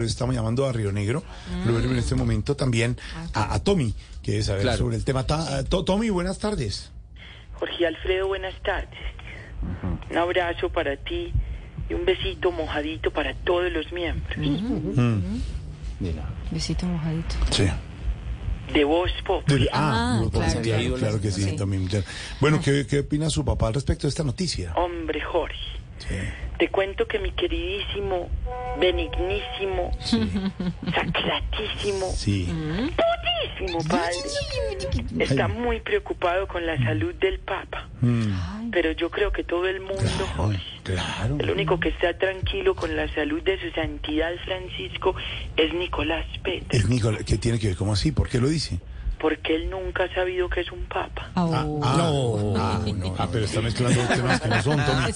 Estamos llamando a Río Negro, Roberto, en este momento también a, a Tommy, que saber Claro. sobre el tema. Ta- eh, to- Tommy, buenas tardes. Jorge Alfredo, buenas tardes. Un abrazo para ti y un besito mojadito para todos los miembros Besito mojadito. Sí. de Voz Pop. ah, no, claro, claro. claro, claro que sí, también. claro. Bueno, ¿qué, ¿qué opina su papá al respecto de esta noticia? Hombre, Jorge, te cuento que mi queridísimo, benignísimo, sacratísimo, Sí. putísimo padre está muy preocupado con la salud del Papa. Pero yo creo que todo el mundo, Mm. Claro, Jorge, claro. el único que está tranquilo con la salud de su santidad Francisco es Nicolás Petro. El Nicolás, ¿qué tiene que ver? ¿Cómo así? ¿Por qué lo dice? porque él nunca ha sabido que es un papa. Ah, ah, no, ah, no, ah, pero está mezclando dos temas que no son, Tommy.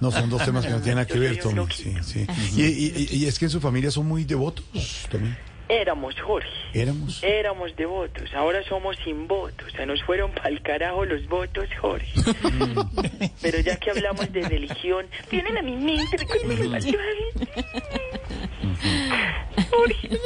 No son dos temas que no tienen nada que ver, Tommy. Sí, sí. Y, y- y- y es que en su familia son muy devotos, Tommy. Éramos, Jorge. Éramos. Éramos devotos, ahora somos sin votos. Se nos fueron para el carajo los votos, Jorge. Pero ya que hablamos de religión, vienen a mi mente recuerdos pasados. Jorge,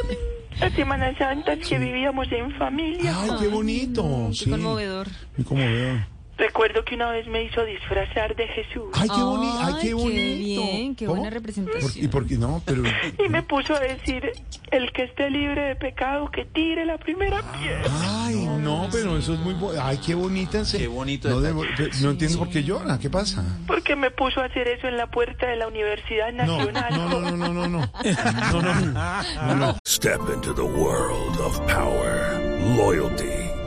las Semanas Santas que vivíamos en familia. Ay, qué bonito. sí. conmovedor. Muy conmovedor. Recuerdo que una vez me hizo disfrazar de Jesús Ay, qué bonito. Ay, qué bonito. bien, qué ¿Cómo? buena representación. ¿Por- ¿Y por qué no? Pero. y me puso a decir: el que esté libre de pecado, que tire la primera piedra. Ay, no, pero eso es muy. bo- Ay, qué bonita. en serio. Qué bonito No, detalle. debo- pero no entiendo por qué llora. ¿Qué pasa? Porque me puso a hacer eso en la puerta de la Universidad No, no, Nacional. no, no, no, no, no. No, no, no. no. Step into the world of power, loyalty,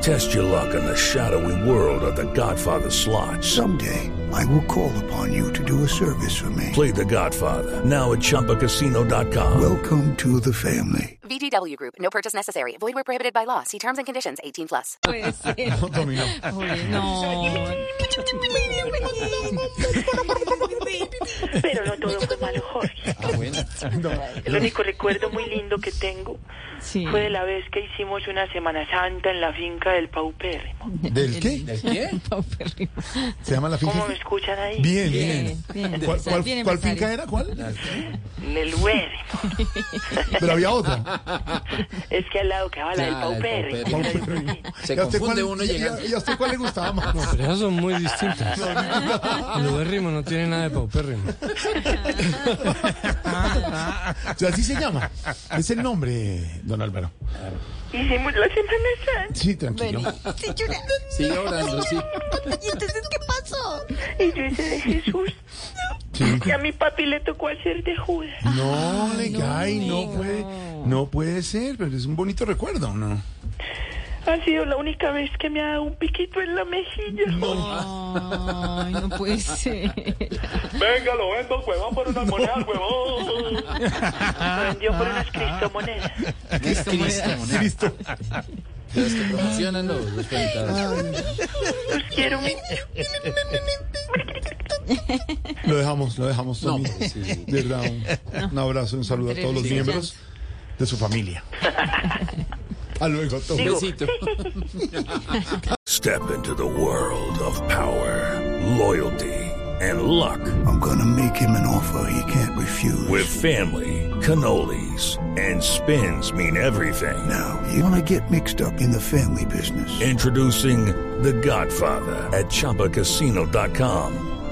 Test your luck in the shadowy world of The Godfather slot. Someday, I will call upon you to do a service for me. Play The Godfather now at ChumbaCasino.com. Welcome to the family. VGW Group. No purchase necessary. Void where prohibited by law. See terms and conditions. 18 plus. Puede ser. No, Tommy, no. Oye, no. Pero no todo fue malo, Jorge. Ah, bueno. El único recuerdo muy lindo que tengo Sí. fue de la vez que hicimos una Semana Santa en la finca del Paupérrimo. ¿Del qué? ¿El qué? Paupérrimo. ¿Se llama la ¿Cómo finca? me escuchan ahí? Bien, bien. Bien, bien. ¿Cuál, cuál- Bien cuál empresario. finca era? ¿Cuál? En el Huérrimo. Pero había otra. Es que al lado quedaba la del Claro, el Paupérrimo. Paupérrimo. Se ¿Y a confunde usted cuál- uno y- y- llegando. ¿Y a usted cuál le gustaba más? No, Pero esas son muy distintas. Lo de Rimo no tiene nada de paupérrimo. O sea, así se llama. Es el nombre, don Álvaro. Hicimos la Semana Santa Sí, tranquilo. Sigue orando, sí. y yo hice de Jesús. Y a mi papi le tocó hacer de Judas. No, le cae, no puede, no puede ser, pero es un bonito recuerdo, ¿no? Ha sido la única vez que me ha dado un piquito en la mejilla. Ay, no puede ser. Venga, lo vendo, huevón, por una moneda, huevón. Lo vendió por unas cristomonedas. Cristo, moneda. Listo. De los que promocionan los, los predicadores. Los quiero mucho. Lo dejamos, lo dejamos, Tommy. No, pues, sí, sí. De verdad, un, un abrazo, un saludo a todos los Sí, miembros de su familia. A luego, Tommy. Besito. Step into the world of power, loyalty, and luck. I'm gonna make him an offer he can't refuse. With family, cannolis, and spins mean everything. Now, you wanna get mixed up in the family business. Introducing The Godfather at ChumbaCasino.com.